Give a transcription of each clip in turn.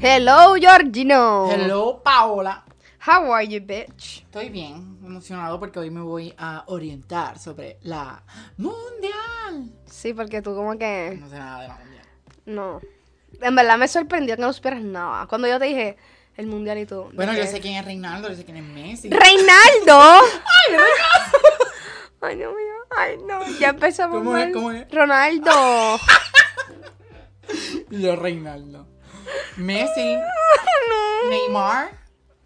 Hello, Georgino. Hello, Paola. How are you, bitch? Estoy bien, emocionado porque hoy me voy a orientar sobre la mundial. Sí, porque tú como que... No sé nada de la mundial. No. En verdad me sorprendió que no supieras nada. Cuando yo te dije el mundial y tú... Bueno, yo dije, sé quién es Reinaldo, yo sé quién es Messi. ¡Reinaldo! ¡Ay, ¡Ay, no, mío! ¡Ay, no! Ya empezamos ¿Cómo es? mal. ¿Cómo es? ¡Ronaldo! Y yo, Reinaldo. Messi. Neymar.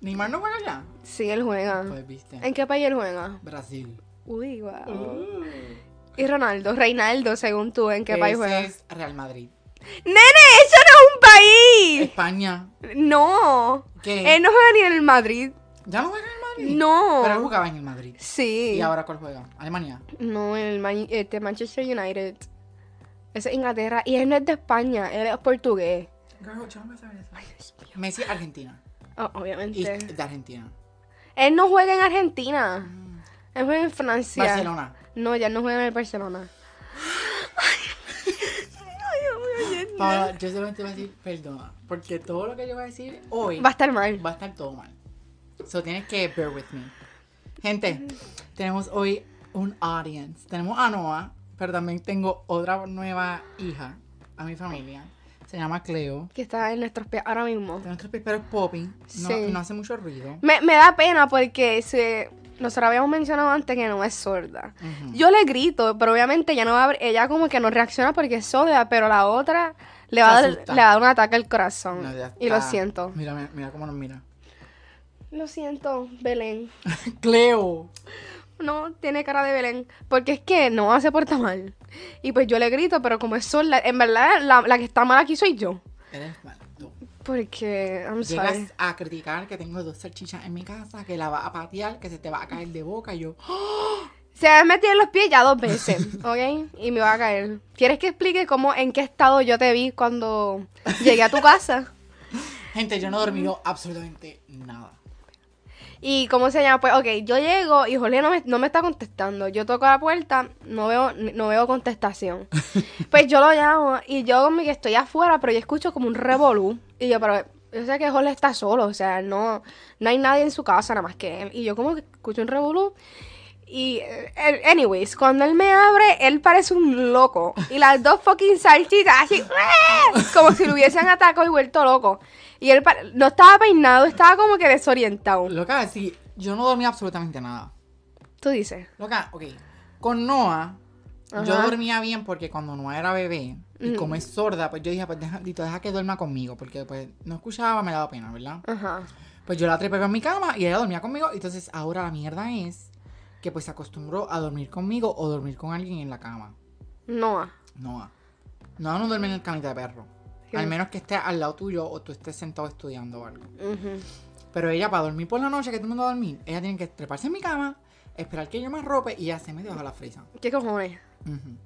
Neymar no juega ya. sí, él juega. Pues viste. Ah. ¿En qué país él juega? Brasil. Uy, wow. Y Ronaldo, Reinaldo, según tú, ¿en qué país Uh. Ese juega? es Real Madrid. ¡Nene, eso no es un país! España. No. ¿Qué? Él no juega ni en el Madrid. ¿Ya no juega en el Madrid? No. Pero él jugaba en el Madrid. Sí. ¿Y ahora cuál juega? Alemania. No, en el Man- este, Manchester United. Ese es Inglaterra. Y él no es de España, él es portugués. Girl, yo no me sabía eso. Messi, Argentina. Oh, obviamente. Y de Argentina. Él no juega en Argentina. Él juega en Francia. Barcelona. No, ya no juega en el Barcelona. Paola, yo solamente voy a decir perdona, porque todo lo que yo voy a decir hoy Va a va, estar mal. a estar todo mal. So tienes que bear with me. Gente, tenemos hoy un audience. Tenemos a Noah, pero también tengo otra nueva hija a mi familia. Se llama Cleo. Que está en nuestros pies ahora mismo. Tenemos tres pero es poppy. No, Sí. Mm. no hace mucho ruido. Me, me da pena porque se- nosotros habíamos mencionado antes que no es sorda. Ujú. Yo le grito, pero obviamente ella no va a- ella como que no reacciona porque es sorda, pero la otra le va, a Se dar, asusta. le va a dar un ataque al corazón. No, ya y lo está. siento. Mira, mira, mira cómo nos mira. Lo siento, Belén. Cleo. No, tiene cara de Belén. Porque es que no se porta mal. Y pues yo le grito, pero como es sola, en verdad la, la que está mal aquí soy yo. Eres mal. tú. Porque, I'm sorry. Llegas a criticar que tengo dos salchichas en mi casa, que la va a patear, que se te va a caer de boca. Y yo, Se me ha metido en los pies ya dos veces, ¿ok? Y me va a caer. ¿Quieres que explique cómo, en qué estado yo te vi cuando llegué a tu casa? Gente, yo no he dormido absolutamente nada. Y cómo se llama, pues, ok, yo llego y Jorge no me, no me está contestando. Yo toco la puerta, no veo, no veo contestación. Pues yo lo llamo y yo como que estoy afuera, pero yo escucho como un revolú. Y yo, pero yo sé que Jorge está solo, o sea, no, no hay nadie en su casa nada más que él. Y yo como que escucho un revolú. Y, eh, eh, anyways, cuando él me abre, él parece un loco. Y las dos fucking salchitas así, ¡ah! como si lo hubiesen atacado y vuelto loco. Y él pa- no estaba peinado, estaba como que desorientado. Loca, sí, yo no dormí absolutamente nada. Tú dices. Loca, ok. Con Noah, yo Ajá. dormía bien porque cuando Noah era bebé y Ujú. como es sorda, pues yo dije, pues deja, Dito, deja que duerma conmigo porque pues no escuchaba, me daba pena, ¿verdad? Ajá. Pues yo la trepé en mi cama y ella dormía conmigo. Entonces ahora la mierda es que pues se acostumbró a dormir conmigo o dormir con alguien en la cama. Noah. Noah. Noah no duerme en el camita de perro. Sí. Al menos que esté al lado tuyo o tú estés sentado estudiando o algo. Ujú. Pero ella para dormir por la noche, que todo el mundo va a dormir, ella tiene que treparse en mi cama, esperar que yo me arrope y ya se me deja la frisa. ¿Qué cojones? Ujú.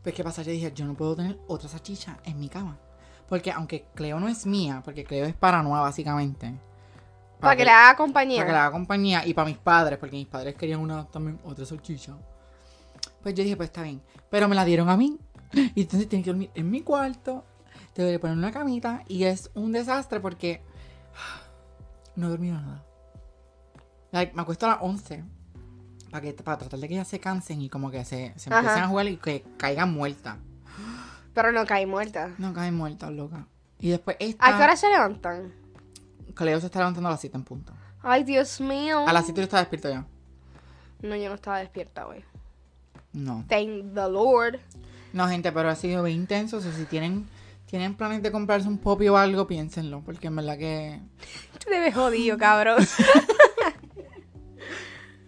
Pues qué pasa, yo dije, yo no puedo tener otra salchicha en mi cama. Porque aunque Cleo no es mía, porque Cleo es paranoia básicamente. Para que le haga compañía. para que le haga compañía y para mis padres, porque mis padres querían una también otra salchicha. Pues yo dije, pues está bien. Pero me la dieron a mí. Y entonces tienen que dormir en mi cuarto. Te voy a poner una camita. Y es un desastre porque no he dormido nada. Like, me acuesto a las 11 para, que, para tratar de que ellas se cansen y como que se, se Ajá. empiecen a jugar y que caigan muertas. Pero no cae muerta. No caen muertas, loca. Y después esta. ¿A qué hora se levantan? Cleo se está levantando a las 7 en punto. Ay, Dios mío. A las 7 yo estaba despierto ya. No, yo no estaba despierta hoy. No. Thank the Lord. No, gente, pero ha sido bien intenso. O sea, si tienen, tienen planes de comprarse un popi o algo, piénsenlo. Porque en verdad que. Tú te ves jodido, cabrón.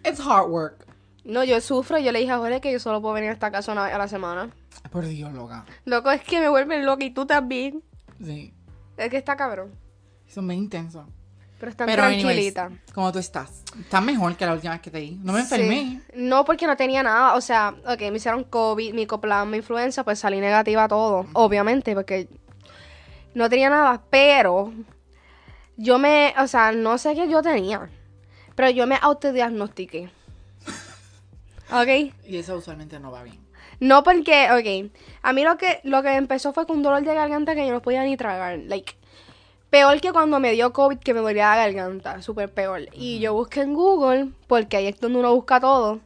It's hard work. no, yo sufro. Yo le dije a Jorge que yo solo puedo venir a esta casa una vez a la semana. Por Dios, loca. Loco, es que me vuelven loca y tú también. Sí. Es que está cabrón. Son bien intensos. Pero están Pero, anyways, tranquilita. como tú estás. Estás mejor que la última vez que te di. No me enfermé. Sí. No, porque no tenía nada. O sea, ok, me hicieron COVID, micoplasma, influenza, pues salí negativa a todo. Obviamente, porque no tenía nada. Pero yo me, o sea, no sé qué yo tenía. Pero yo me autodiagnostiqué. ¿Ok? Y eso usualmente no va bien. No porque, ok, a mí lo que, lo que empezó fue con un dolor de garganta que yo no podía ni tragar. Like, Peor que cuando me dio COVID, que me dolía la garganta, súper peor. Y yo busqué en Google, porque ahí es donde uno busca todo,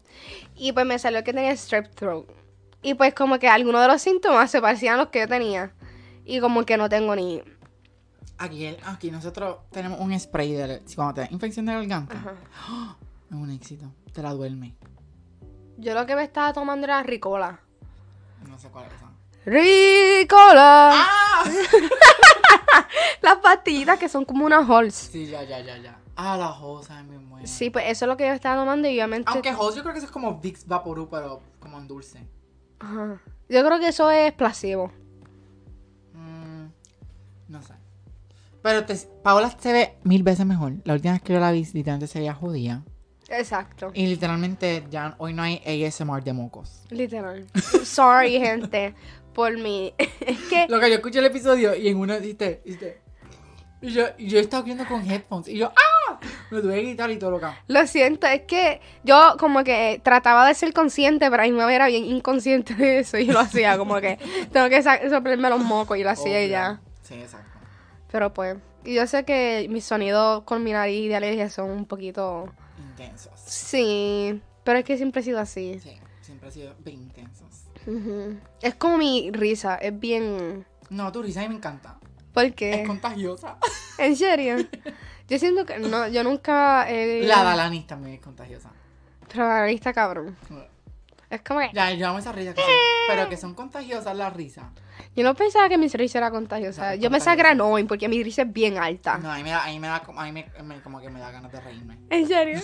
y pues me salió que tenía strep throat. Y pues como que algunos de los síntomas se parecían a los que yo tenía. Y como que no tengo ni... Aquí, el- aquí nosotros tenemos un spray de si cuando te da infección de garganta. Ajá. ¡oh! Es un éxito. Te la duerme. Yo lo que me estaba tomando era Ricola. No sé cuál es esa. Ricola. ¡Ah! Las pastillitas que son como unas holes. Sí, ya, ya, ya, ya. Ah, la Josa es muy buena. Sí, pues eso es lo que yo estaba tomando y obviamente... Aunque Josa yo creo que eso es como Vicks Vaporub, pero como en dulce. Ajá. Yo creo que eso es placebo. Mm, no sé. Pero te- Paola se ve mil veces mejor. La última vez que yo la vi, literalmente se veía judía. Exacto. Y literalmente ya hoy no hay ASMR de mocos. Literal. Sorry, gente, por mi... es que... Lo que yo escuché el episodio y en uno dijiste, dijiste. Y yo, y yo estaba viendo con headphones. Y yo, ¡ah! Me tuve que gritar y todo lo que. Lo siento, es que yo como que trataba de ser consciente, pero a mi mamá era bien inconsciente de eso y yo lo hacía como que tengo que sa- soplarme los mocos y lo hacía y ya. Sí, exacto. Pero pues, y yo sé que mis sonidos con mi nariz de alergia son un poquito... Intensos. Sí, pero es que siempre he sido así. Sí, siempre ha sido bien intensos. Ujú. Es como mi risa, es bien... No, tu risa a mí me encanta. ¿Por qué? Es contagiosa. ¿En serio? Yo siento que no, yo nunca he... La Dalanis también es contagiosa. Pero la nariz está cabrón. Es como que... Ya, yo amo esas risas que son, pero que son contagiosas las risas. Yo no pensaba que mi risa era contagiosa. No, es yo pensaba que era contagiosa. Noin porque mi risa es bien alta. No, a mí me da, a mí me da, como- a mí me- me- como que me da ganas de reírme. ¿En serio?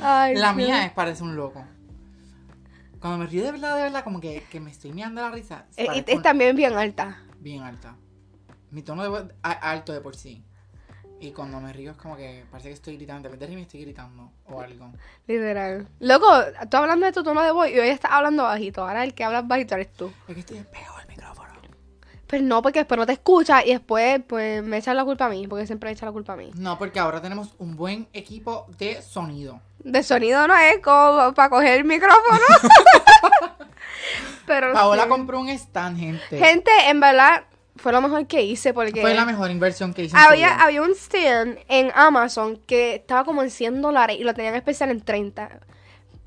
Ay, La Dios. mía es parece un loco. Cuando me río de verdad, de verdad, como que, que me estoy meando la risa. Eh, Es, parezco es también bien alta. Bien alta. Mi tono de voz a- alto de por sí. Y cuando me río es como que parece que estoy gritando. En vez de reírme estoy gritando o algo. Literal. Loco, tú hablando de tu tono de voz y hoy estás hablando bajito. Ahora el que habla bajito eres tú. Es que estoy pegado al micrófono. Pero no, porque después no te escuchas y después pues me echan la culpa a mí, porque siempre me echan la culpa a mí. No, porque ahora tenemos un buen equipo de sonido. De sonido no es como para coger el micrófono. Pero Paola Ah, sí. compró un stand, gente. Gente, en verdad, fue lo mejor que hice porque... Fue la mejor inversión que hice. en tu Había, vida. había un stand en Amazon que estaba como en 100 dólares y lo tenían especial en 30.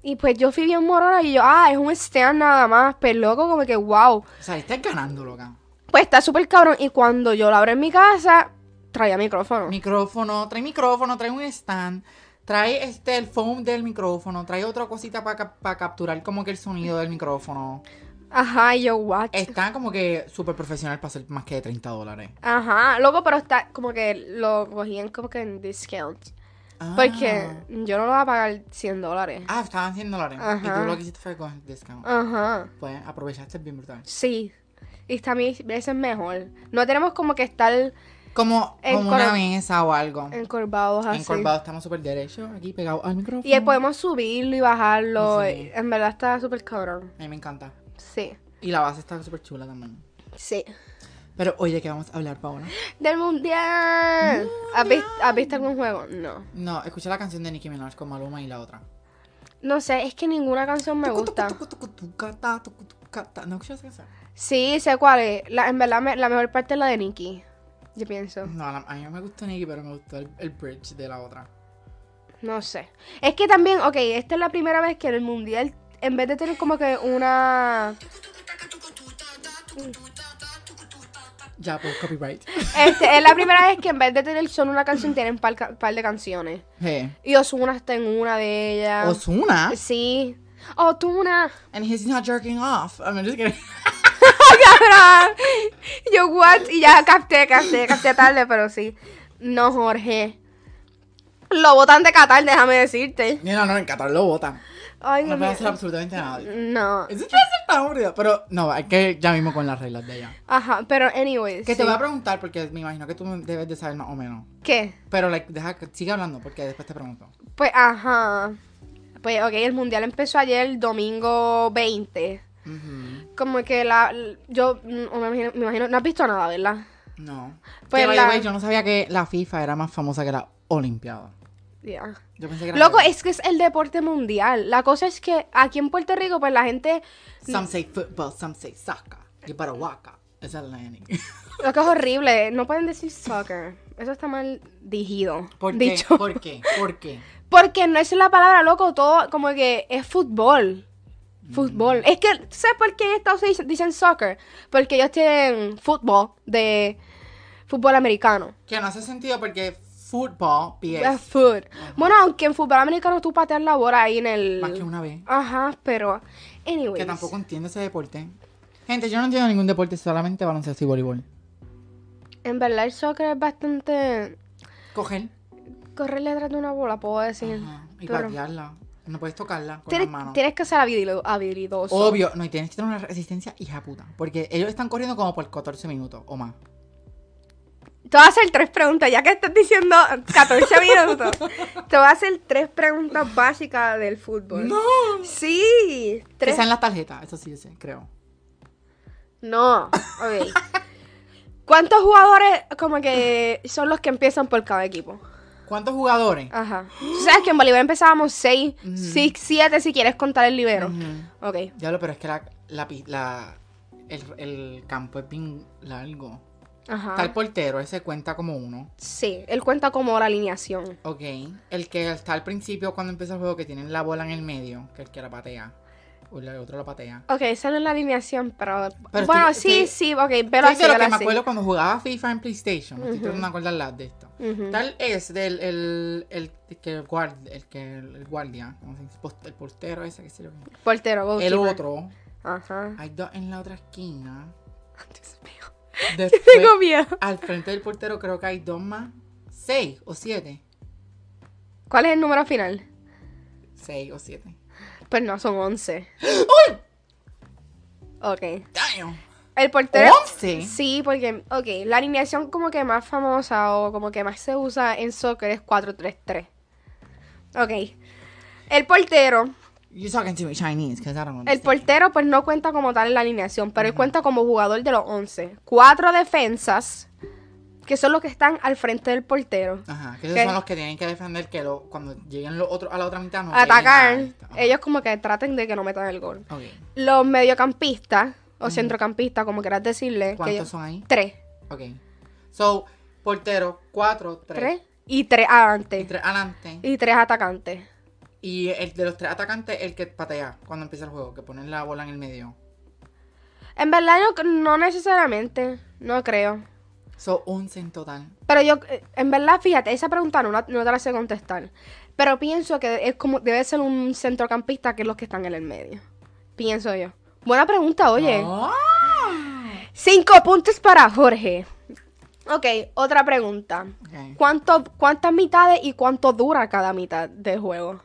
Y pues yo fui bien morona y yo, ah, es un stand nada más, pero loco, como que wow. O sea, estás ganando, loca. Pues está súper cabrón. Y cuando yo lo abro en mi casa, traía micrófono. Micrófono, trae micrófono, trae un stand, trae este el foam del micrófono, trae otra cosita para capturar como que el sonido del micrófono. Ajá, y yo, what? Está como que súper profesional para hacer más que de 30 dólares. Ajá, loco, pero está como que lo cogían como que en discount. Ah. Porque yo no lo voy a pagar 100 dólares. Ah, estaban 100 dólares. Y Ajá. tú lo que hiciste fue con el discount. Ajá. Pues aprovechaste bien brutal. Sí. Y está mil veces mejor. No tenemos como que estar Como, En como una cor- mesa o algo. encorvados así. Encorvados, estamos súper derechos aquí pegados al micrófono. Y ahí podemos subirlo y bajarlo. Sí. En verdad está súper cabrón. A mí me encanta. Sí, Y la base está súper chula también. sí. Pero oye, ¿qué vamos a hablar, Paola? Del mundial. ¿Has vis- has visto algún juego? No. No, escuché la canción de Nicki Minaj con Maluma y la otra. No sé, es que ninguna canción me gusta. ¿No escuchas esa? Sí, sé cuál es. La, en verdad, me- la mejor parte es la de Nicki. Yo pienso. No, la- a mí no me gustó Nicki, pero me gustó el, el bridge de la otra. No sé. Es que también, ok, esta es la primera vez que en el mundial, en vez de tener como que una. Ya, pues copyright. Este, es la primera vez que en vez de tener solo una canción, tienen par, ca- par de canciones. Hey. Y Osuna está en una de ellas. Osuna. Sí. Ozuna. And he's not jerking off. I'm just kidding. cabrón. Yo, what? Y ya capté, capté, capté tarde, pero sí. No, Jorge. Lo botan de Qatar, déjame decirte. No, no, no, en Qatar lo votan. Ay, No Dios puede mío. hacer absolutamente nada. No. Eso puede ser tan aburrido. Pero no, hay que ya mismo con las reglas de ella. Ajá, pero anyways. Que te sí. voy a preguntar porque me imagino que tú debes de saber más o menos. ¿Qué? Pero like, deja que sigue hablando porque después te pregunto. Pues, ajá. Pues, ok, el mundial empezó ayer, el domingo 20. Ujú. Como que la. Yo mm, me imagino, me imagino- No has visto nada, ¿verdad? No. Pues Que, by the la- way, yo no sabía que la FIFA era más famosa que la Olimpiada. Ya. Yo pensé que era Loco, que- es que es el deporte mundial. La cosa es que aquí en Puerto Rico, pues la gente Some say football, some say soccer. You better walk up. Es Atlantic. Lo que es horrible, no pueden decir soccer. Eso está mal digido. ¿Por qué? dicho. ¿Por qué? ¿Por qué? Porque no es la palabra loco, todo como que es fútbol. Fútbol. Mm. Es que, ¿tú ¿sabes por qué en Estados Unidos dicen- dicen soccer? Porque ellos tienen fútbol de fútbol americano. Que no hace sentido porque fútbol, Es pies. foot. Bueno, aunque en fútbol americano tú pateas la bola ahí en el. Más que una vez. Ah, Ajá, pero. Anyways. Que tampoco entiendo ese deporte. Gente, yo no entiendo ningún deporte, solamente baloncesto y voleibol. En verdad, el soccer es bastante. Coger. Correr detrás de una bola, puedo decir. Ajá, y Pero patearla. No puedes tocarla con las tienes, manos. tienes que ser habili- habilidoso. Obvio, no, y tienes que tener una resistencia hija puta. Porque ellos están corriendo como por 14 minutos o más. Te voy a hacer tres preguntas, ya que estás diciendo 14 minutos. te voy a hacer tres preguntas básicas del fútbol. Sí, tres. Esa en las tarjetas, eso sí, yo sé, creo. No, ok. ¿Cuántos jugadores como que son los que empiezan por cada equipo? ¿Cuántos jugadores? Ajá. Tú sabes que en Bolívar empezábamos 6, Ujú. 7 si quieres contar el libero. Ujú. Ok. Diablo, pero es que la, la, pi- la- el, el campo es bien largo. Está el Ajá. portero, ese cuenta como uno. Sí, él cuenta como la alineación. Ok. El que está al principio cuando empieza el juego, que tienen la bola en el medio, que el que la patea. O el otro la patea. Ok, esa no es la alineación, pero... Pero bueno, estoy- sí, sí, ok, pero Sí, así, de lo velo que me así. acuerdo cuando jugaba FIFA en PlayStation. Me estoy Ujú. tratando de acordar las de esto. Ujú. Tal es del el, el, que el, guard- el que el guardia, ¿cómo se dice? Post- el portero ese que se lo Portero, goalkeeper. El otro, Ajá. hay dos en la otra esquina. Dios mío. Después, Tengo miedo. al frente del portero creo que hay dos más. Seis o siete. ¿Cuál es el número final? Seis o siete. Pues no, son 11. Ok. ¡Damn! El portero... ¿Once? Sí, porque, ok, la alineación como que más famosa o como que más se usa en soccer es 4-3-3. Ok. El portero, You're talking to me Chinese, because I don't el understand. portero pues no cuenta como tal en la alineación, pero él cuenta como jugador de los 11. Cuatro defensas, que son los que están al frente del portero. Ajá, que esos ¿Qué? son los que tienen que defender que lo, cuando lleguen los otros a la otra mitad no lleguen a Atacar, esta. Ajá. ellos como que traten de que no metan el gol. Ok. Los mediocampistas, o centrocampistas, como quieras decirle. que ¿Cuántos ellos- son ahí? Tres. Ok. So, portero, cuatro, tres. Tres. Y tres adelante. Y tres adelante. y tres atacantes. Y el de los tres atacantes, el que patea cuando empieza el juego, que ponen la bola en el medio. En verdad no, no necesariamente, no creo. Son 11 en total. Pero yo, eh, en verdad, fíjate, esa pregunta no, la- no te la sé contestar. Pero pienso que es como debe ser un centrocampista que es los que están en el medio. Pienso yo. Buena pregunta, oye. Ah. Cinco puntos para Jorge. Ok, otra pregunta. Ok. ¿Cuánto, ¿Cuántas mitades y cuánto dura cada mitad de juego?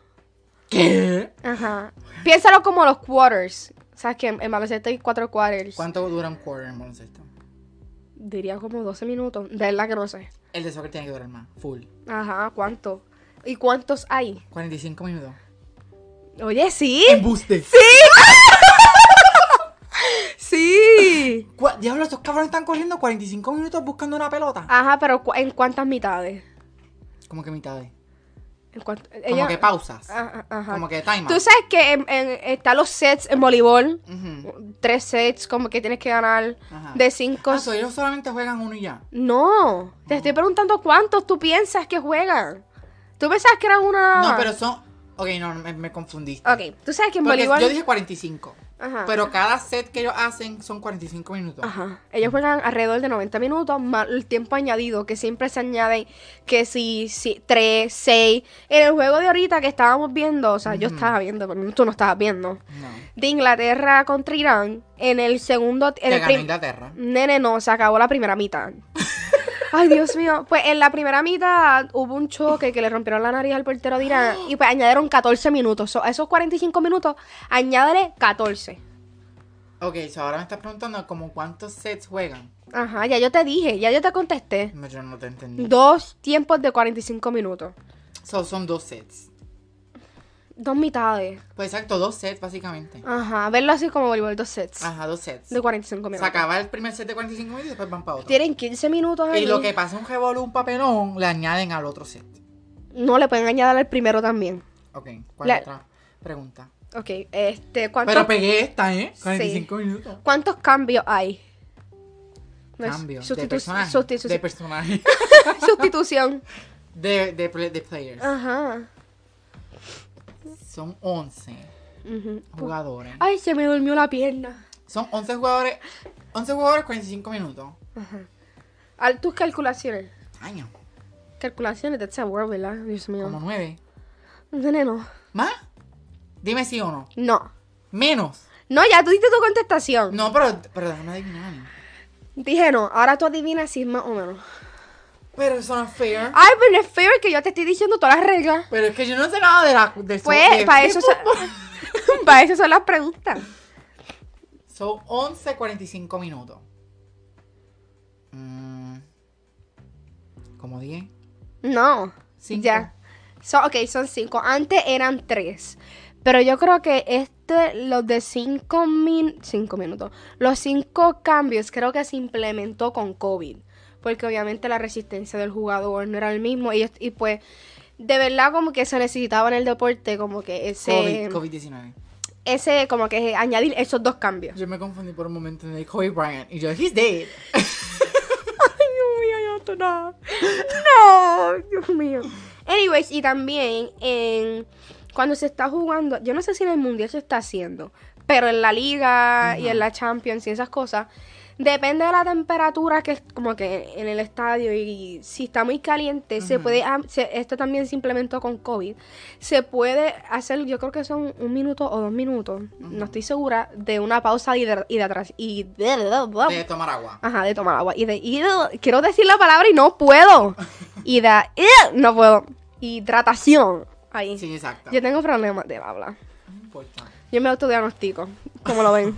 ¿Qué? Ajá. Piénsalo como los quarters. ¿Sabes que En en baloncesto hay cuatro quarters. ¿Cuánto dura un quarter en baloncesto? Diría como 12 minutos. De verdad que no sé. El de soccer tiene que durar más. Full. Ajá, ¿cuánto? ¿Y cuántos hay? 45 minutos. Oye, sí. ¡Embuste! ¡Sí! Sí. Diablo, estos cabrones están corriendo 45 minutos buscando una pelota. Ajá, pero cu- ¿en cuántas mitades? Como que mitades. ¿En cuánt- Como ella- que pausas. Ajá, ajá. Como que timer. Tú sabes que en, en- están los sets en voleibol. Ujú. Tres sets, como que tienes que ganar Ajá. de cinco. Ah, so ellos solamente juegan uno y ya. No, te estoy preguntando cuántos tú piensas que juegan. Tú pensabas que eran uno nada No, más? pero son. Ok, no, me, me confundiste. Ah. Ok, tú sabes que en Porque voleibol... yo dije 45. Ajá. Pero cada set que ellos hacen son 45 minutos. Ajá. Ellos juegan alrededor de 90 minutos más el tiempo añadido, que siempre se añade que si, si 3, 6. En el juego de ahorita que estábamos viendo, o sea, yo estaba viendo, pero tú no estabas viendo. No. De Inglaterra contra Irán, en el segundo. En Que el ganó prim- Inglaterra. Nene, no, se acabó la primera mitad. Ay, Dios mío. Pues en la primera mitad hubo un choque que le rompieron la nariz al portero de Irán y pues añadieron 14 minutos. So, a esos 45 minutos, añádele 14. Ok, so ahora me estás preguntando como cuántos sets juegan. Ajá, ya yo te dije, ya yo te contesté. No, yo no te entendí. Dos tiempos de 45 minutos. So, son dos sets. Dos mitades. Pues exacto, dos sets básicamente. Ajá, verlo así como voleibol, dos sets Ajá, dos sets. Ah. de 45 Se minutos. acaba el primer set de 45 minutos y después van para otro. Tienen 15 minutos ahí. Y lo que pasa un revolú, un papelón, le añaden al otro set. No le pueden añadir al primero también. Ok, ¿cuál La- otra pregunta? Ok, este, ¿cuántos, Pero pegué esta, ¿eh? 45 minutos. ¿cuántos cambios hay? No es Cambio. De sustitu- personaje. sustitu- de personaje. Sustitución. De, de, pl- de players. Ah. Ajá. Son 11 Ujú. jugadores. Ay, se me durmió la pierna. Son 11 jugadores. 11 jugadores, 45 minutos. Ajá. Al- Tus calculaciones. Año. Calculaciones de esa word, ¿verdad? Dios mío. Como 9. Nene, no. ¿Más? Dime sí o no. No. Menos. No, ya tú diste tu contestación. No, pero, pero déjame adivinar. Dije no, ahora tú adivinas si es más o menos. Pero eso no es fair. Ay, pero no es fair que yo te estoy diciendo todas las reglas. Pero es que yo no sé nada de la. De Eh, Pues, de- para eso, son- para eso son las preguntas. Son 11, 45 minutos. Mm, como 10. No. Cinco. Ya. So, ok, son cinco. Antes eran tres. Pero yo creo que este, los de cinco, min, cinco minutos, los cinco cambios creo que se implementó con COVID. Porque obviamente la resistencia del jugador no era el mismo. Y, y pues, de verdad como que se necesitaba en el deporte como que ese, COVID, COVID-19. ese como que añadir esos dos cambios. Yo me confundí por un momento en el Kobe Bryant. Y yo, he's dead. Dios mío, yo no. No, Dios mío. Anyways, y también en cuando se está jugando, yo no sé si en el mundial se está haciendo, pero en la liga y Ajá. en la Champions y esas cosas, depende de la temperatura que es como que en el estadio y si está muy caliente, se Ujú. puede, am- se- esto también se implementó con COVID, se puede hacer, yo creo que son un minuto o dos minutos, no Ujú. estoy segura, de una pausa de hidra- hidratación. Y Oh. De tomar agua. Ajá, de tomar agua. Y de y de- quiero decir la palabra y no puedo. Y da eh, no puedo. Hidratación. Ahí. Sí, exacto. Yo tengo problemas del habla. No importa. Yo me autodiagnostico, como lo ven.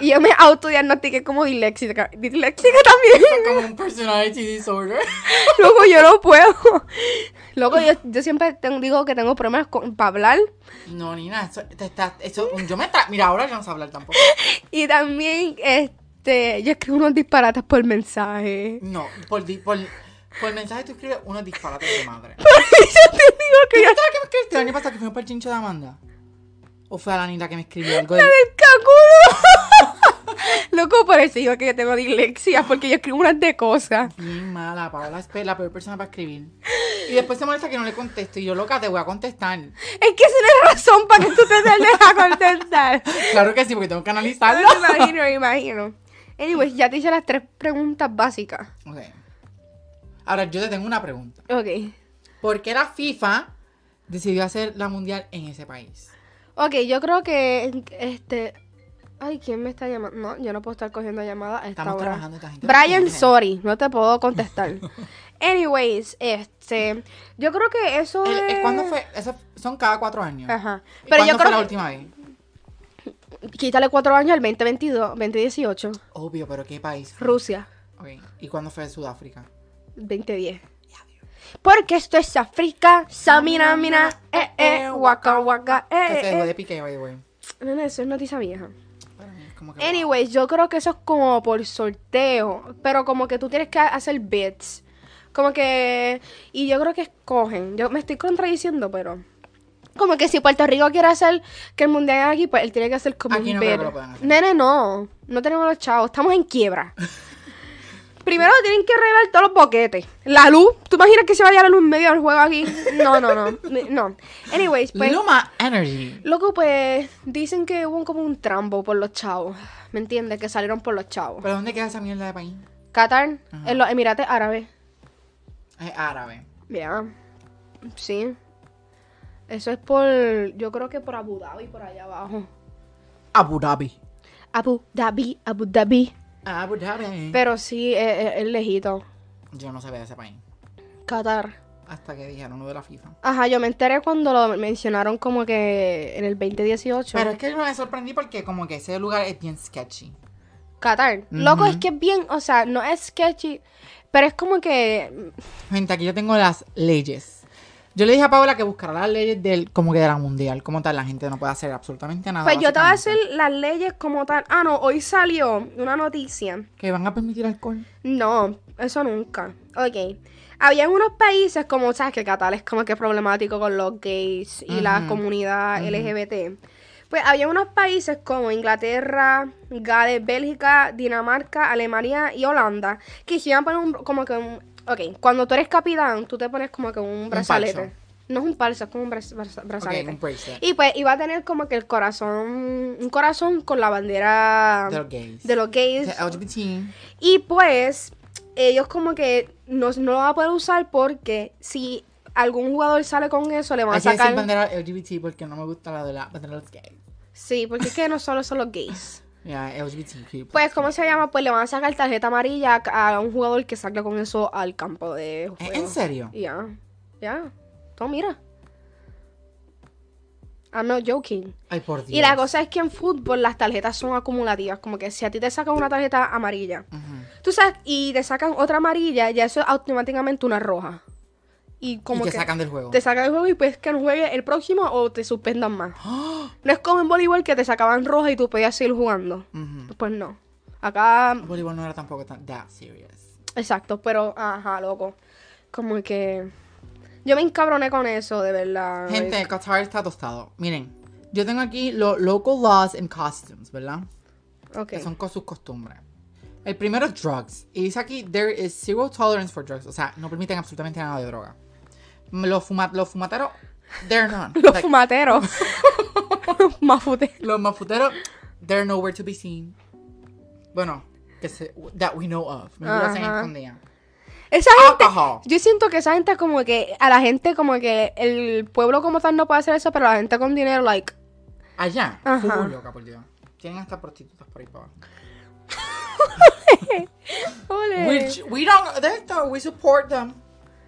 y yo me autodiagnostiqué como disléxica. Disléxica también. Como un personality disorder. Loco, yo no puedo. Loco, yo, yo siempre tengo- digo que tengo problemas para hablar. No, Nina, eso, te estás- eso, yo me tra- Mira, ahora yo no sé hablar tampoco. Y también, este, yo escribo unos disparates por mensaje. No, por, di- por, por mensaje tú escribes unos disparates de madre. yo te digo que yo... ¿Sabes qué me escribiste el Este año pasado que fue un perchincho de Amanda? ¿O fue a la Nina que me escribió algo? de- ¡El canguro! Loco, por eso digo que yo tengo dislexia, porque yo escribo unas de cosas. Bien mala, Paola es pe- la peor persona para escribir. Y después se molesta que no le contesto. Y yo, loca, te voy a contestar. Es que eso no es razón para que tú te tardes a contestar. Claro que sí, porque tengo que Me analizarlo. imagino, me imagino. Anyways, ya te hice las tres preguntas básicas. Ok. Ahora, yo te tengo una pregunta. Ok. ¿Por qué la FIFA decidió hacer la mundial en ese país? Ok, yo creo que este. Ay, ¿quién me está llamando? No, yo no puedo estar cogiendo llamadas a esta Estamos hora. trabajando, esta gente no Brian, entiende. sorry, no te puedo contestar. Anyways, este. Yo creo que eso. El- el- es- ¿Cuándo fue? Eso son cada cuatro años. Ajá. ¿Y Pero ¿Cuándo yo fue creo la que- última vez? Quítale cuatro años al 2022, 2018. Obvio, pero ¿qué país? Rusia, Ok. ¿Y cuándo fue Sudáfrica? Eh, 2010. Porque esto es África, Samina, mina, eh, eh, waka, waka, que se eh, dejó eh, eh. de pique, by the way. Nena, eso es noticia vieja. Para mí es como que- Anyways, yo creo que eso es como por sorteo, pero como que tú tienes que hacer bits. Como que... Y yo creo que escogen. Yo me estoy contradiciendo, pero... Como que si Puerto Rico quiere hacer que el mundial haga aquí, pues él tiene que hacer como Aquí un no creo bid. que lo puedan hacer. Nene, no. No tenemos los chavos. Estamos en quiebra. Primero tienen que arreglar todos los boquetes. La luz. ¿Tú imaginas que se vaya la luz en medio del juego aquí? No, no, no. No. Anyways, pues... Luma Energy. Loco, pues dicen que hubo como un trambo por los chavos. ¿Me entiendes? Que salieron por los chavos. ¿Pero dónde queda esa mierda de país? Qatar, Ajá. en los Emirates Árabes. Es árabe. Mira. Sí. Eso es por. Yo creo que por Abu Dhabi, por allá abajo. Abu Dhabi. Abu Dhabi, Abu Dhabi. Abu Dhabi. Pero sí, es, es- es lejito. Yo no sabía de ese país. Qatar. Hasta que dijeron lo de la FIFA. Ajá, yo me enteré cuando lo mencionaron como que en el 2018. Pero es que yo me sorprendí porque como que ese lugar es bien sketchy. Qatar. Loco, Ujú. es que es bien. O sea, no es sketchy. Pero es como que. Gente, aquí yo tengo las leyes. Yo le dije a Paola que buscara las leyes del como que de la mundial. Como tal, la gente no puede hacer absolutamente nada. Pues yo te voy a hacer básicamente. las leyes como tal. Ah, no, hoy salió una noticia. ¿Que van a permitir alcohol? No, eso nunca. Ok. Habían unos países como, sabes que Qatar es como que problemático con los gays y la Ujú, comunidad ujú. LGBT. Pues había unos países como Inglaterra, Gales, Bélgica, Dinamarca, Alemania y Holanda que se iban a poner un- como que un... Ok, cuando tú eres capitán, tú te pones como que un brazalete. palso. no es un palso, es como un braz- braz- brazalete. un bracelet. Y pues iba a tener como que el corazón, un corazón con la bandera De Ah. los gays. um, de los gays. De LGBT. Y pues, ellos como que no, no lo van a poder usar porque si algún jugador sale con eso, le van a Hay que decir sacar. bandera LGBT porque no me gusta la de la bandera de los gays. Sí, porque es que no solo son los gays. Ya, LGBTQ. Pues, ¿cómo se llama? Pues le van a sacar tarjeta amarilla a a un jugador que salga con eso al campo de ¿En- juego. ¿En serio? Ya, ya. Tú mira. I'm not joking. Ay, por Dios. Y la cosa es que en fútbol las tarjetas son acumulativas. Como que si a ti te sacan una tarjeta amarilla, Ujú. Tú sabes, y te sacan otra amarilla, ya eso es automáticamente una roja. Y como y te que sacan del juego. te sacan el juego y pues que no juegue el próximo o te suspendan más. ¡Ah! No es como en voleibol que te sacaban roja y tú podías seguir jugando. Ujú. Pues no. Acá, El voleibol no era tampoco tan that serious. exacto, pero ajá, loco. Como que yo me encabroné con eso, de verdad. Gente, Qatar está tostado. Miren, yo tengo aquí los local laws and costumes, ¿verdad? Ok. Que son con sus costumbres. El primero es drugs. Y dice aquí, there is zero tolerance for drugs. O sea, no permiten absolutamente nada de droga. Los, fuma- los fumateros, they're none. Los Like, fumateros. Los mafuteros. los mafuteros, they're nowhere to be seen. Bueno, que se- that we know of. Me lo hacen Ajá. escondida. Esa gente. Alcohol. Yo siento que esa gente como que a la gente como que el pueblo como tal no puede hacer eso, pero la gente con dinero like Allá, Ajá. full loca, por Dios. Tienen hasta prostitutas por ahí para abajo. Ole. Which, we don't, de esto, we support them.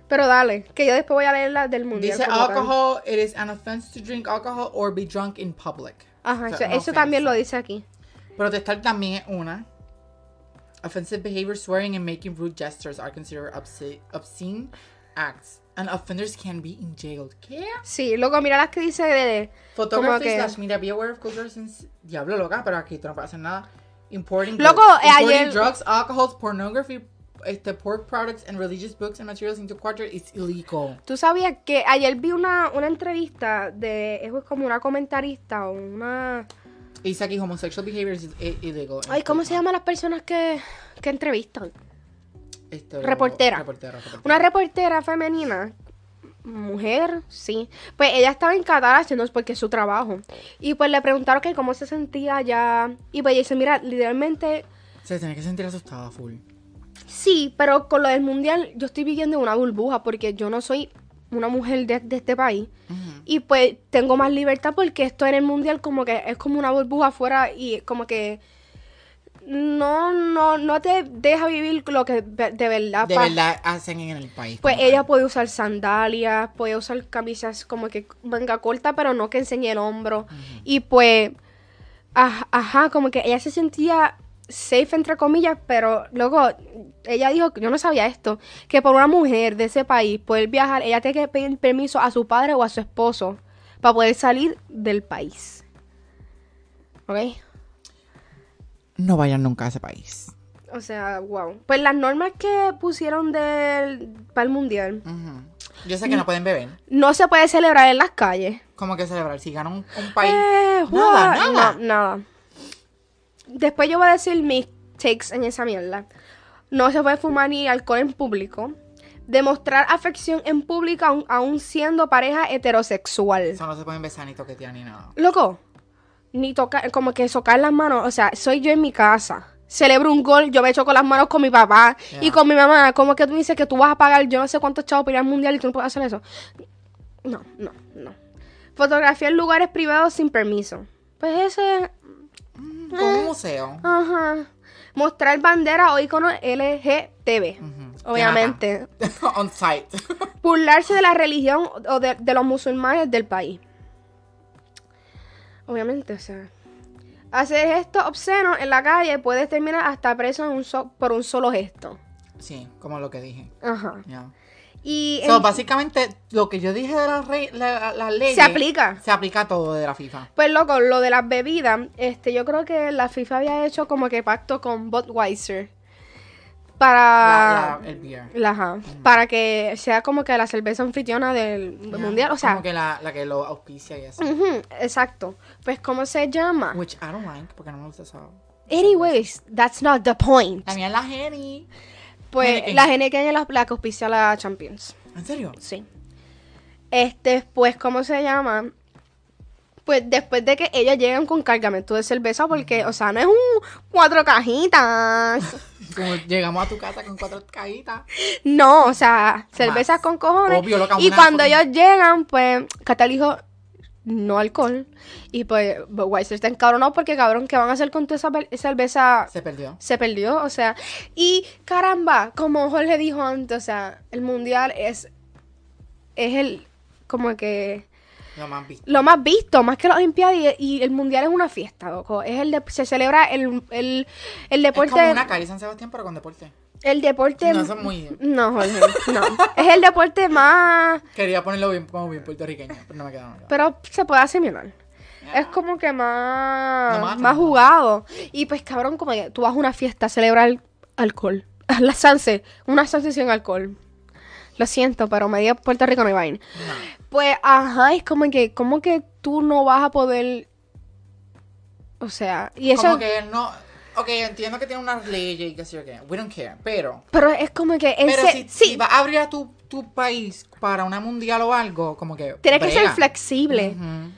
Pero dale, que yo después voy a leer la del mundial. Dice como tal. alcohol, it is an offense to drink alcohol or be drunk in public. Ajá, O eso, sea, una eso también lo dice ofensa. aquí. Protestar también es una. Offensive behavior, swearing and making rude gestures are considered obsce- obscene acts. And offenders can be in jail. ¿Qué? Sí, luego mira las que dice de... Photography que- slash media, be aware of culture since... Diablo, loca, pero aquí tú no puedes hacer nada. Importing, Loco, goods- eh, importing ayer- drugs, alcohols, pornography, este, pork products and religious books and materials into quarter is illegal. Tú sabías que ayer vi una, una entrevista de... Es como una comentarista o una... Y dice aquí, homosexual behavior is i- illegal. Ay, ¿cómo se llaman las personas que, que entrevistan? Este, Reportera. reportera, reportera. Una reportera femenina, mujer, sí. Pues ella estaba en Qatar haciendo porque es su trabajo. Y pues le preguntaron que cómo se sentía allá. Y pues ella dice, mira, literalmente Se tiene que sentir asustada, full. sí, pero con lo del mundial yo estoy viviendo en una burbuja porque yo no soy una mujer de, de este país. Ujú. Y pues tengo más libertad porque esto en el mundial como que es como una burbuja afuera y como que no, no, no te deja vivir lo que de de verdad De pa- verdad hacen en el país. Pues como ella tal. puede usar sandalias, puede usar camisas como que manga corta, pero no que enseñe el hombro. Y pues, aj- ajá, como que ella se sentía safe, entre comillas, pero luego ella dijo, yo no sabía esto, que por una mujer de ese país poder viajar, ella tiene que pedir permiso a su padre o a su esposo para poder salir del país. ¿Ok? No vayan nunca a ese país. O sea, wow. Pues las normas que pusieron del, para el mundial, Ujú. Yo sé que no Mm. pueden beber. no se puede celebrar en las calles. Como que celebrar. Si ganan un, un país. Eh, nada, joda. nada. No, nada. Después yo voy a decir mis takes en esa mierda. No se puede fumar ni alcohol en público. Demostrar afección en público aun, aun siendo pareja heterosexual. Eso no se pueden besar ni toquetear ni nada. Loco, ni tocar, como que socar las manos. O sea, soy yo en mi casa. Celebro un gol, yo me echo con las manos con mi papá y Ya. con mi mamá. Como que tú dices que tú vas a pagar yo no sé cuántos chavos para ir al mundial y tú no puedes hacer eso. No, no, no. Fotografiar lugares privados sin permiso. Pues ese. Mm, Como un museo. Ajá. Mostrar bandera o icono LGTB. Ujú. Obviamente. Te mata. On site. Burlarse de la religión o de, de los musulmanes del país. Obviamente, o sea. Hacer gestos obscenos en la calle puedes terminar hasta preso en un so- por un solo gesto. sí, como lo que dije. Ajá. Ya. Y So, en- básicamente, lo que yo dije de las re- la- las leyes. se aplica. Se aplica a todo de la FIFA. Pues loco, lo de las bebidas, este, yo creo que la FIFA había hecho como que pacto con Budweiser. para... Ah. La- la- el beer. la- ajá, para que sea como que la cerveza anfitriona del mundial, o sea, Como que la, la que lo auspicia y eso. ujú, exacto. Pues, ¿cómo se llama? Which I don't like, porque no me gusta eso. Anyways, that's not the point. La mía es la Jenny. Pues Heineken. la Heineken es la, la que auspicia la Champions. ¿En serio? Sí. Este, pues, ¿cómo se llama? Pues después de que ellas llegan con cargamento de cerveza, porque, o sea, no es un cuatro cajitas. Como llegamos a tu casa con cuatro cajitas. No, o sea, cervezas Más. con cojones. Obvio, loca, y una cuando fucking- ellos llegan, pues, Catal dijo, no alcohol. Y pues, Weiser está encabronado porque, cabrón, ¿qué van a hacer con toda esa bel- cerveza Se perdió. se perdió, o sea, y caramba, como Jorge dijo antes, o sea, el mundial es es el como que No me han visto. lo más visto, más que la olimpiada y, y el mundial es una fiesta, loco, es el de- se celebra el, el, el Es deporte como una Cali San Sebastián, pero con deporte. el deporte No, eso es muy- No, Jorge, no. es el deporte más Quería ponerlo bien, como bien puertorriqueño, pero no me quedaba. pero se puede asimilar. Es como que más, Ah. No, mano. más jugado. Y pues cabrón, como que tú vas a una fiesta a celebrar alcohol. La Sanse, una Sanse sin alcohol. Lo siento, pero media Puerto Rico no hay vaina. Pues, ajá, es como que, como que tú no vas a poder. O sea, y eso. Como que no. Ok, entiendo que tiene unas leyes y qué sé yo qué. We don't care. Pero. Pero es como que. en Pero se- si, sí, si vas a abrir a tu, tu país para una mundial o algo, como que. tienes que ser brega. flexible. Ujú.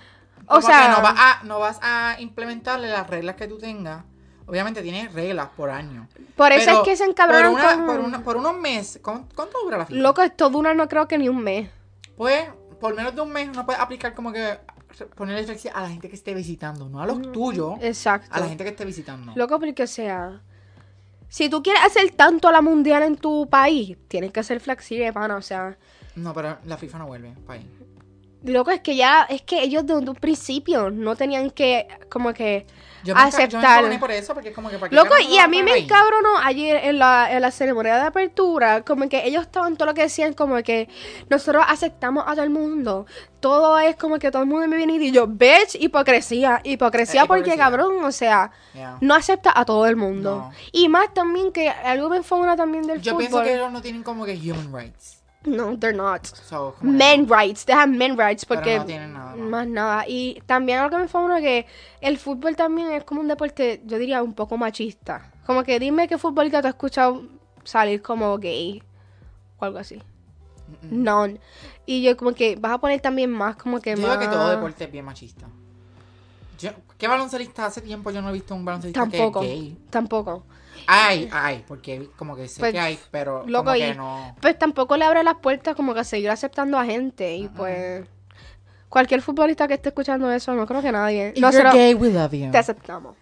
O Como sea- que no vas, a, no vas a implementarle las reglas que tú tengas. Obviamente tienes reglas por año. Por eso Pero es que se encabronan Por, una- con- por una- por unos meses. ¿Cuánto, cuánto dura la fiesta? Loco, esto dura no creo que ni un mes. Pues, por menos de un mes no puedes aplicar como que ponerle flexi a la gente que esté visitando, no a los tuyos, Mm, Exacto. a la gente que esté visitando. Loco, porque o sea, si tú quieres hacer tanto la mundial en tu país, tienes que ser flexible, pana, o sea. No, pero la FIFA no vuelve pa' ahí. Loco, es que ya, es que ellos desde un principio no tenían que, como que, Yo me enca- Yo me Aceptar. encabroné por eso, porque es como que para qué Loco, carajo y a mí van me ahí. encabronó ayer en la, en la ceremonia de apertura, como que ellos estaban todo lo que decían, como que nosotros aceptamos a todo el mundo. Todo es como que todo el mundo me viene y yo, bitch, hipocresía, hipocresía Eh, porque hipocresía. cabrón, o sea, Yeah. no acepta a todo el mundo. No. Y más también que algo me enfona también del Yo fútbol. pienso que ellos no tienen como que human rights. No, they're not. So, como que- Men rights, dejan men rights Pero porque no tienen nada más. más nada. Y también algo que me informa que el fútbol también es como un deporte, yo diría, un poco machista. Como que dime qué futbolista te has escuchado salir como gay o algo así. Mm-mm. No. Y yo como que vas a poner también más como que Yo más... digo que todo deporte es bien machista. Yo- ¿Qué baloncelista? Hace tiempo yo no he visto un baloncelista Tampoco. que es gay. Tampoco. Ay, ay, porque como que sé Pues, que hay, pero loco, como que y- no. Pues tampoco le abre las puertas como que a seguir aceptando a gente. Y pues... Cualquier futbolista que esté escuchando eso, no creo que nadie. If No, you're será- gay, we love you. Te aceptamos.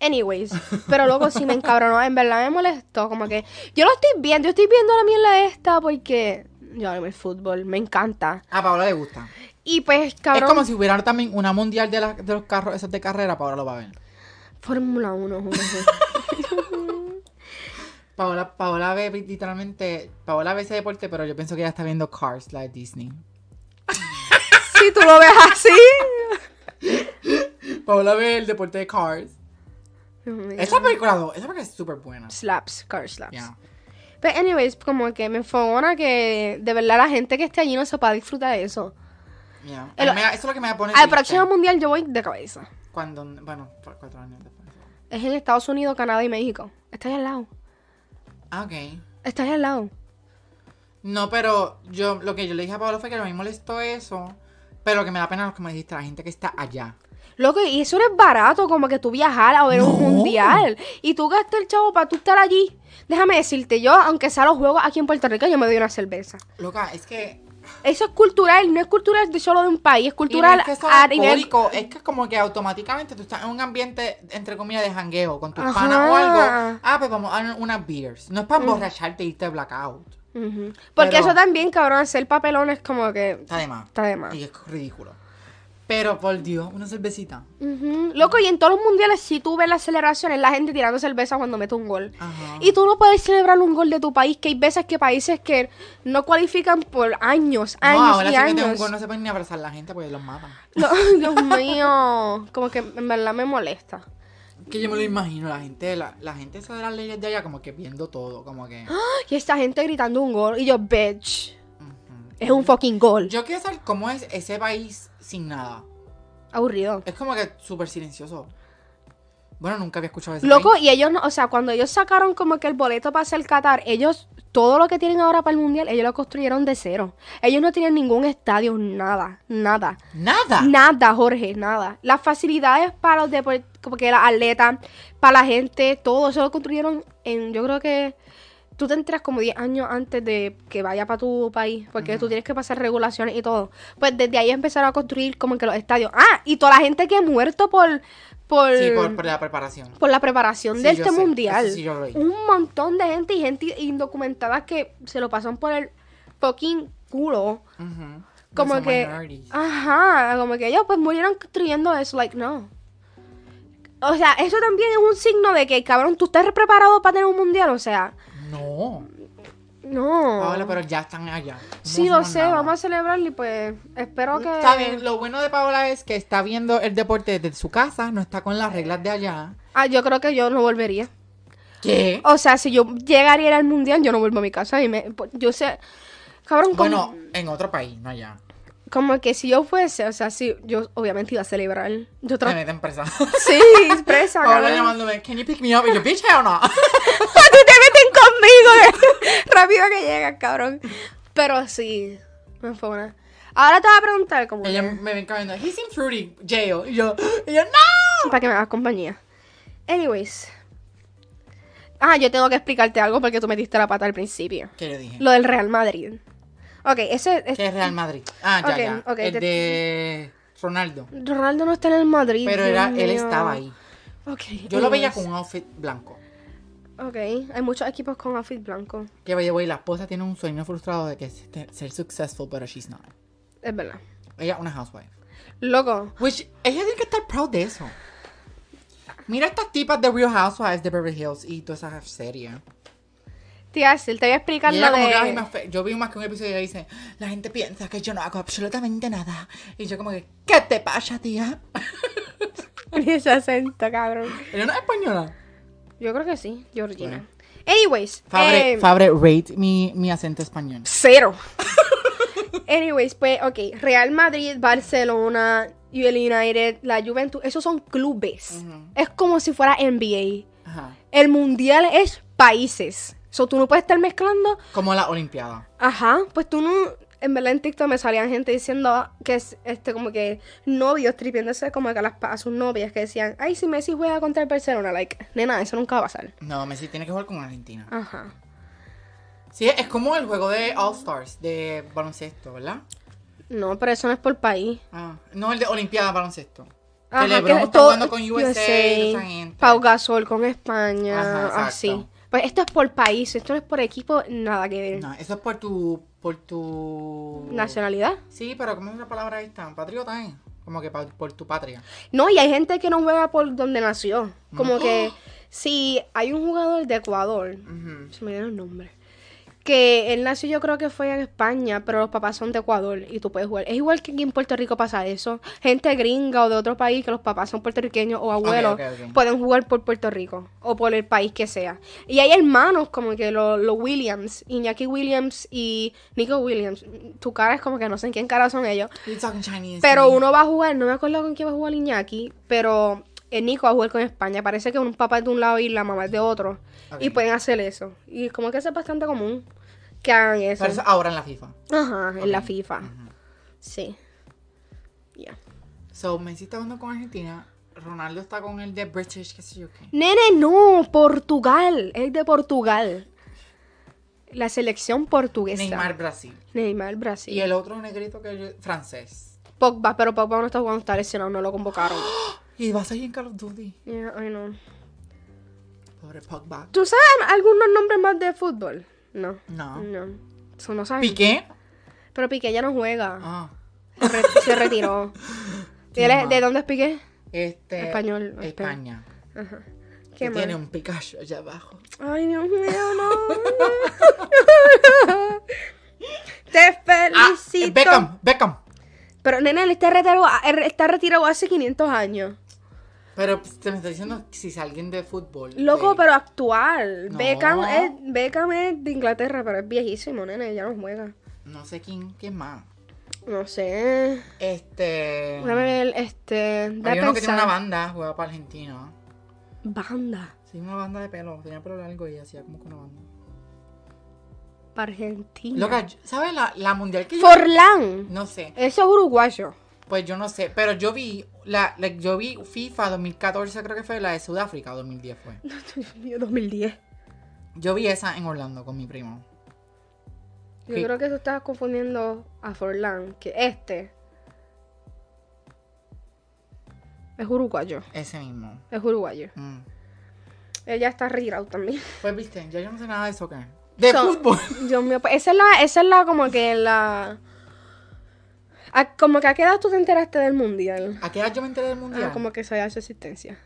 Anyways, pero luego sí me encabronó, en verdad me molestó, como que yo lo estoy viendo, yo estoy viendo la mierda esta porque yo amo el fútbol, me encanta. A Paola le gusta. Y pues, cabrón, Es como si hubiera también una mundial de, la- de los carros, esas de carrera, Paola lo va a ver. Fórmula 1, Jorge. Paola, Paola ve literalmente, Paola ve ese deporte, pero yo pienso que ella está viendo Cars, la de Disney. si tú lo ves así. Paola ve el deporte de Cars. Dios mío. Esa película, no, esa película es súper buena. Slaps, car slaps. Yeah. Pero anyways, como que me enfogona que de verdad la gente que esté allí no se pueda disfrutar de eso. yeah. A El- mí me- eso es lo que me pone Al triste. próximo mundial yo voy de cabeza. Cuando, bueno, por cuatro años después. Es en Estados Unidos, Canadá y México. Está ahí al lado. Ah, ok. Está ahí al lado. No, pero yo, lo que yo le dije a Paola fue que a mí me molestó eso, pero que me da pena lo que me dijiste, la gente que está allá. Loco, y eso no es barato, como que tú viajar a ver un No. mundial. Y tú gastas el chavo para tú estar allí. Déjame decirte, yo, aunque sea los juegos aquí en Puerto Rico, yo me doy una cerveza. Loca, es que Eso es cultural, no es cultural de solo de un país, es cultural Y no es que a sea nivel- alcohólico, es que como que automáticamente tú estás en un ambiente, entre comillas, de jangueo con tus Ajá. Mm. panas o algo. Ah, pues vamos a dar unas beers. No es para emborracharte y irte de blackout. Ujú. Porque Pero- eso también, cabrón, hacer papelón es como que Está de más. está de más. Y es ridículo. Pero por Dios, una cervecita. Ujú. Loco, y en todos los mundiales, si tú ves las celebraciones, la gente tirando cerveza cuando mete un gol. Ajá. Y tú no puedes celebrar un gol de tu país, que hay veces que países que no cualifican por años, años no, ahora y sí que años. tengo un gol, no se pueden ni abrazar a la gente porque los matan. No, Dios mío, como que en verdad me molesta. que yo me lo imagino, la gente, la, la gente sabe las leyes de allá como que viendo todo, como que... Y esta gente gritando un gol. Y yo, bitch, Ujú. es un fucking gol. Yo quiero saber cómo es ese país sin nada. Aburrido. Es como que súper silencioso. Bueno, nunca había escuchado eso. Loco, y ellos no, o sea, cuando ellos sacaron como que el boleto para hacer Qatar, ellos, todo lo que tienen ahora para el mundial, ellos lo construyeron de cero. Ellos no tienen ningún estadio, nada, nada. Nada. Nada, Jorge, nada. Las facilidades para los deportes, como que las atletas, para la gente, todo eso lo construyeron en, yo creo que tú te enteras como 10 años antes de que vaya para tu país, porque tú tienes que pasar regulaciones y todo. Pues desde ahí empezaron a construir como que los estadios. Ah, y toda la gente que ha muerto por... Por, Sí, por, por la preparación. por la preparación Sí, de yo este sé, mundial. eso sí yo lo vi. un montón de gente y gente indocumentada que se lo pasan por el fucking culo. Ujú. Como Son que. minorities. Ajá, como que ellos pues murieron construyendo eso, like, no. O sea, eso también es un signo de que, cabrón, tú estás preparado para tener un mundial, o sea, No. no. Paola, pero ya están allá. No sí, lo hacemos sé, nada. vamos a celebrarlo y pues espero que... Está bien, lo bueno de Paola es que está viendo el deporte desde su casa, no está con las reglas de allá. Ah, yo creo que yo no volvería. ¿Qué? O sea, si yo llegara y era al mundial, yo no vuelvo a mi casa y me... pues, Yo sé... Cabrón, Oh, como... Bueno, en otro país, no allá. Como que si yo fuese, o sea, si yo obviamente iba a celebrar. Yo Te tra- meten presa. Sí, expresa. Paola cabrón. llamándome, ¿can you pick me up? Y yo, bitch, o no. Tú te meten conmigo. eh. Rápido que llegas, cabrón. Pero sí, me fue una. Ahora te voy a preguntar, como. Ella que- me ven corriendo, he's in fruity jail. Y yo, y yo, no. Para que me hagas compañía. Anyways. Ah, yo tengo que explicarte algo porque tú metiste la pata al principio. ¿Qué le dije? Lo del Real Madrid. Ok, ese. es- Que es Real Madrid. Ah, ya, Ok, ya. ok, el te- de Ronaldo. Ronaldo no está en el Madrid. Pero era, Dios él mío. estaba ahí. Ok. Yo lo veía anyways. con un outfit blanco. Ok, hay muchos equipos con outfit blanco. Que vaya, güey, la esposa tiene un sueño frustrado de que es te- ser successful, pero she's not. Es verdad. Ella es una housewife. Loco. Which, ella tiene que estar proud de eso. Mira estas tipas de Real Housewives de Beverly Hills y todas esas series. Te iba a decir, te voy a explicar Y ella la como de... que, "Ay, me afe-". yo vi más que un episodio y ella dice, la gente piensa que yo no hago absolutamente nada. Y yo como que, ¿qué te pasa, tía? Ese acento, cabrón. Ella no es española. Yo creo que sí, Georgina. Anyways, Fabre, eh, Fabre, rate mi, mi acento español. cero. Anyways, pues, ok. Real Madrid, Barcelona, y el United, la Juventus, esos son clubes. Ujú. Es como si fuera NBA. Ajá. El mundial es países. So, tú no puedes estar mezclando. Como la Olimpiada. Ajá, pues tú no. En verdad en TikTok me salían gente diciendo que es este como que novios tripiéndose como que a, las, pa- a sus novias que decían, ay, si Messi juega contra el Barcelona, like, nena, eso nunca va a pasar. No, Messi tiene que jugar con Argentina. Ajá. Sí, es como el juego de All Stars de baloncesto, ¿verdad? No, pero eso no es por país. Ah, no, el de Olimpiada baloncesto. Ajá, que LeBron está jugando con USA, y toda esa gente. Pau Gasol con España, Ajá, exacto. así. Pues esto es por país, esto no es por equipo, nada que ver. No, eso es por tu. por tu. Nacionalidad. Sí, pero ¿cómo es la palabra esta? Patriota, ¿eh? Como que pa- por tu patria. No, y hay gente que no juega por donde nació. Como que si hay un jugador de Ecuador, Ujú. se me dio el nombre, que él nació yo creo que fue en España, pero los papás son de Ecuador y tú puedes jugar. Es igual que aquí en Puerto Rico pasa eso. Gente gringa o de otro país que los papás son puertorriqueños o abuelos ok, ok. pueden jugar por Puerto Rico o por el país que sea. Y hay hermanos como que los Williams, Iñaki Williams y Nico Williams. Tu cara es como que no sé en quién cara son ellos. You're talking Chinese. Pero sí. uno va a jugar, no me acuerdo con quién va a jugar Iñaki, pero el Nico va a jugar con España. Parece que un papá es de un lado y la mamá es de otro. Ok. Y pueden hacer eso. Y como que eso es bastante común que hagan eso. Pero eso ahora en la FIFA. Ajá, en la Ok. FIFA. Ujú. Sí. Ya. So, Messi está jugando con Argentina. Ronaldo está con el de British, qué sé yo qué. Nene, no, Portugal. Es de Portugal. La selección portuguesa. Neymar, Brasil. Neymar, Brasil. Y el otro negrito que yo- francés. Pogba, pero Pogba no está jugando, está lesionado, no lo convocaron. Y va a salir en Call of Duty. Yeah, I know. Pobre Pogba. ¿Tú sabes algunos nombres más de fútbol? No. No. No. Eso no saben. Piqué. Pero Piqué ya no juega. Ah. Se re- Se retiró. ¿Y él es- ¿De dónde es Piqué? Este. Español, España. Ajá. Que Qué tiene mal. un Picasso allá abajo. Ay, Dios mío, no. Te felicito. Ah, eh, Beckham, Beckham. Pero nene, él está retirado, él está retirado hace 500 años. Pero pues, te me está diciendo si es alguien de fútbol. Loco, de- pero actual. No. Beckham, es, Beckham es de Inglaterra, pero es viejísimo, nene, ya no juega. No sé quién, quién más. No sé. Este. Déjame ver, este. da Había uno que tiene una pensar. banda, jugaba para Argentina. Banda. Sí, una banda de pelo. Tenía pelo largo y hacía como que una banda. Para Argentina. Loca, yo- ¿sabes la, la mundial que yo.? Forlán. No sé. Eso es uruguayo. Pues yo no sé. Pero yo vi. La, la- yo vi FIFA 2014, creo que fue la de Sudáfrica, 2010 fue. Dios mío, 2010. Yo vi esa en Orlando con mi primo. Yo Sí. creo que eso estás confundiendo a Forlán, que este. Es uruguayo. Ese mismo. Es uruguayo. Mm. Ella está retirado también. Pues viste, ya yo no sé nada de eso, ¿qué? De So- fútbol. Dios mío, pues esa es la, esa es la como que la. a- como que a qué edad tú te enteraste del mundial. ¿A qué edad yo me enteré del mundial? Ah, como que soy hace asistencia.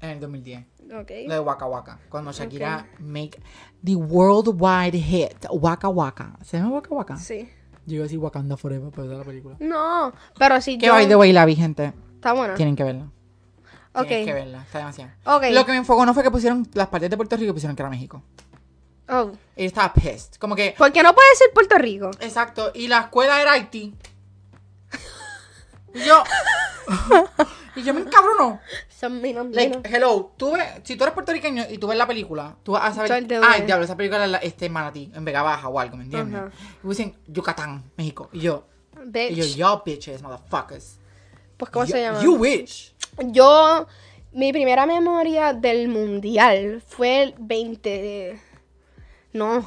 En el 2010. Ok. Lo de Waka Waka. Cuando Shakira make the worldwide hit. Waka Waka. ¿Se llama Waka Waka? Sí. Yo iba a decir Wakanda Forever, pero esa es la película. No, pero si Que yo. by the way la vi, gente. Está buena. Tienen que verla. Ok. Tienen que verla. Está demasiado. Ok. Lo que me enfocó no fue que pusieron las partes de Puerto Rico, pusieron que era México. Oh. Y estaba pissed. Como que. ¿Por qué no puede ser Puerto Rico? Exacto. Y la escuela era Haití. Y yo. y yo me encabrono. Son menos Like, menos. hello, tú ves, si tú eres puertorriqueño y tú ves la película, tú vas a saber, Todo el dedo ay, de- diablo, esa película es la- este, en Manatí, en Vega Baja o algo, ¿me entiendes? Ajá. Y dicen, Yucatán, México, y yo, y yo, Bitch. y'all bitches, motherfuckers. Pues, ¿cómo Yo- se llama? You witch. Yo, mi primera memoria del mundial fue el 20 de... No,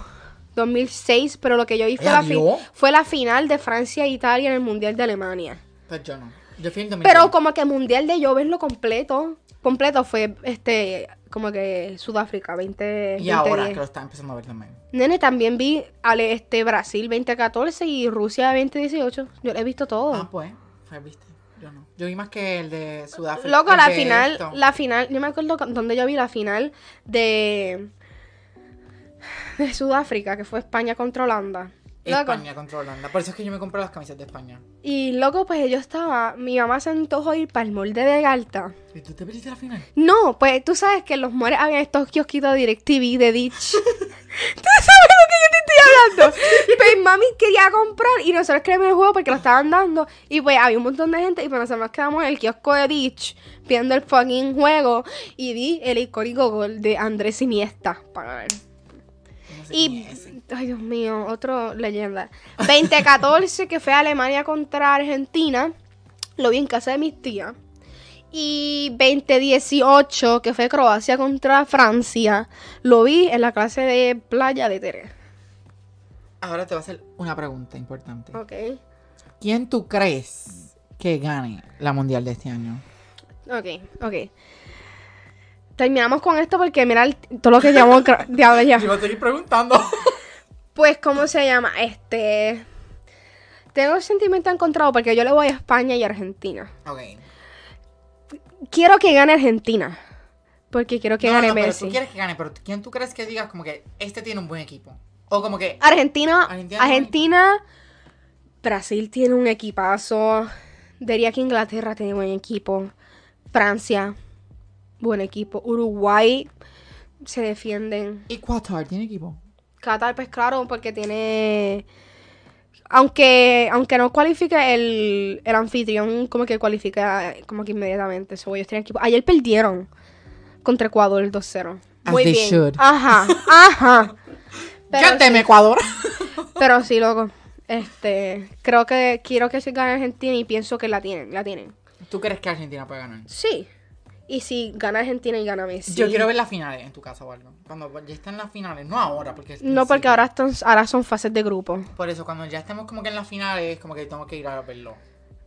2006, pero lo que yo vi fue Ella la, fi- vio. fue la final de Francia e Italia en el mundial de Alemania. Pero Pues yo no, yo fui en 2010. Pero como que mundial de yo verlo completo, completo fue este, como que Sudáfrica 20... Y ahora 2010. que lo están empezando a ver también. Nene, también vi al este Brasil 2014 y Rusia 2018. Yo lo he visto todo. Ah, pues, pues, viste, yo no. Yo vi más que el de Sudáfrica. Loco, el la de final, esto. la final, yo me acuerdo cu- donde yo vi la final de, de Sudáfrica, que fue España contra Holanda. Loco. España contra Holanda, por eso es que yo me compré las camisetas de España. Y loco, pues yo estaba, mi mamá se antojó ir para el molde de Galta. ¿Y tú te perdiste la final? No, pues tú sabes que en los mores había estos kiosquitos de DirecTV, de Ditch. ¿Tú sabes lo que yo te estoy hablando? Pues mami quería comprar y nosotros queríamos el juego porque lo estaban dando. Y pues había un montón de gente y pues nosotros nos quedamos en el kiosco de Ditch viendo el fucking juego. Y vi el icónico gol de Andrés Iniesta para ganar. No sé Y, quién es ese. ay Dios mío, otro leyenda. 2014, que fue Alemania contra Argentina, lo vi en casa de mis tías. Y 2018, que fue Croacia contra Francia, lo vi en la clase de playa de Tere. Ahora te voy a hacer una pregunta importante. Ok, ¿Quién tú crees que gane la mundial de este año? ok, ok. Terminamos con esto porque mira el- todo lo que llamó Diablo ya. Yo voy a seguir preguntando. Pues, ¿cómo se llama? Este. Tengo sentimiento encontrado porque yo le voy a España y Argentina. Ok. quiero que gane Argentina. Porque quiero que No, gane no, pero Messi. tú quieres que gane, pero ¿quién tú crees que digas como que este tiene un buen equipo? O como que Argentina, Argentina- Argentina, Brasil tiene un equipazo. Diría que Inglaterra tiene buen equipo. Francia, buen equipo. Uruguay se defienden. ¿Y Qatar tiene equipo? Qatar, pues claro, porque tiene. Aunque, aunque no cualifique el, el anfitrión, como que cualifica eh, como que inmediatamente. So, ellos tienen equipo. Ayer perdieron contra Ecuador 2-0. As Muy they bien. should. Ajá, ajá. Pero, ¡Ya teme Ecuador! pero sí, loco. Este, creo que quiero que se gane Argentina y pienso que la tienen, la tienen. ¿Tú crees que Argentina puede ganar? Sí. Y si gana Argentina y gana Messi. Yo quiero ver las finales en tu casa o algo. Cuando ya estén las finales, no ahora, porque... es No, porque principio. ahora, están, ahora son fases de grupo. Por eso, cuando ya estemos como que en las finales, como que tengo que ir a verlo.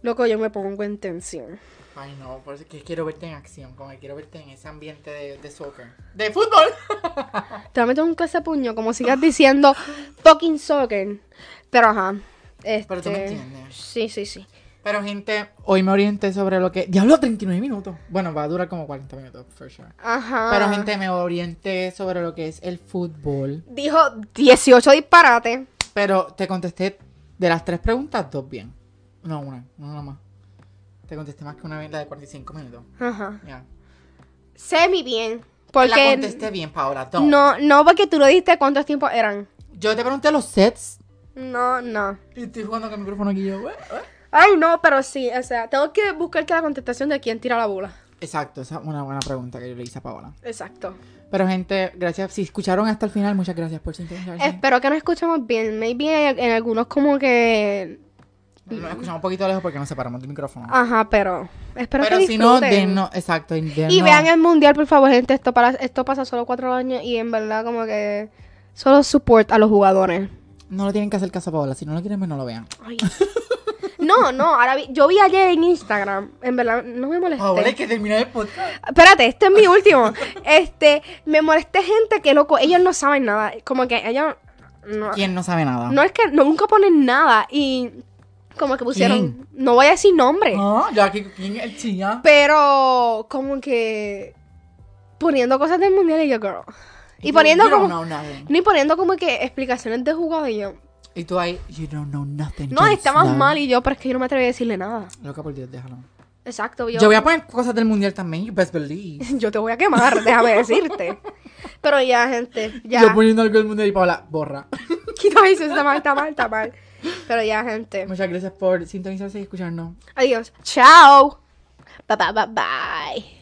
Loco, yo me pongo en tensión. Ay, no, por eso es que quiero verte en acción, como que quiero verte en ese ambiente de, de soccer. ¡De fútbol! Te voy a meter un cazapuño, como sigas diciendo fucking soccer. Pero ajá. Este, Pero tú me entiendes. Sí, sí, sí. Pero gente, hoy me orienté sobre lo que... Diablo, 39 minutos. Bueno, va a durar como 40 minutos, for sure. Ajá. Pero gente, me orienté sobre lo que es el fútbol. Dijo 18 disparates. Pero te contesté de las tres preguntas, dos bien. No, una, una nomás. Te contesté más que una vez, la de 45 minutos. Ajá. Ya. semi bien. La Porque. contesté bien, Paola. don't. No, no, porque tú lo dijiste cuántos tiempos eran. Yo te pregunté los sets. No, no. Y estoy jugando con el micrófono aquí yo. ¿eh? "Ué, ué". Ay, no, pero sí, o sea, tengo que buscar que la contestación de quién tira la bola. Exacto, esa es una buena pregunta que yo le hice a Paola. Exacto. Pero gente, gracias. Si escucharon hasta el final, muchas gracias por sintonizarse. Espero que nos escuchemos bien. Maybe en, en algunos como que... Nos escuchamos un poquito lejos porque nos separamos del micrófono. Ajá, pero... Ah, Espero Pero que si no, disfruten. dennos, exacto. dennos- Y vean el mundial, por favor, gente. Esto, para, esto pasa solo cuatro años y en verdad como que... Solo support a los jugadores. No lo tienen que hacer caso a Paola. Si no lo quieren ver, no lo vean. Ay. No, no, ahora vi- yo vi ayer en Instagram, en verdad, no me molesté. que terminar el podcast. Espérate, este es mi último. Este, me molesté gente que loco, ellos no saben nada. Como que ellos no, ¿Quién no sabe nada? no es que nunca ponen nada y como que pusieron, ¿Quién? no voy a decir nombre, Ah, ya que ¿quién es el chilla? pero como que poniendo cosas del mundial y yo girl. Y poniendo you como Don't know nothing. ni poniendo como que explicaciones de jugador y yo. Y tú ahí, you don't know nothing. No, James está más Brown". mal y yo, pero es que yo no me atreví a decirle nada. Loca, por Dios, déjalo. Exacto, Yo voy a poner cosas del mundial también, you best believe. yo te voy a quemar, déjame decirte. Pero ya, gente, ya. Yo poniendo algo del mundial y Paola, borra. Quita eso, está mal, está mal, está mal. Pero ya, gente. Muchas gracias por sintonizarse y escucharnos. Adiós. Chao. Bye, bye, bye, bye.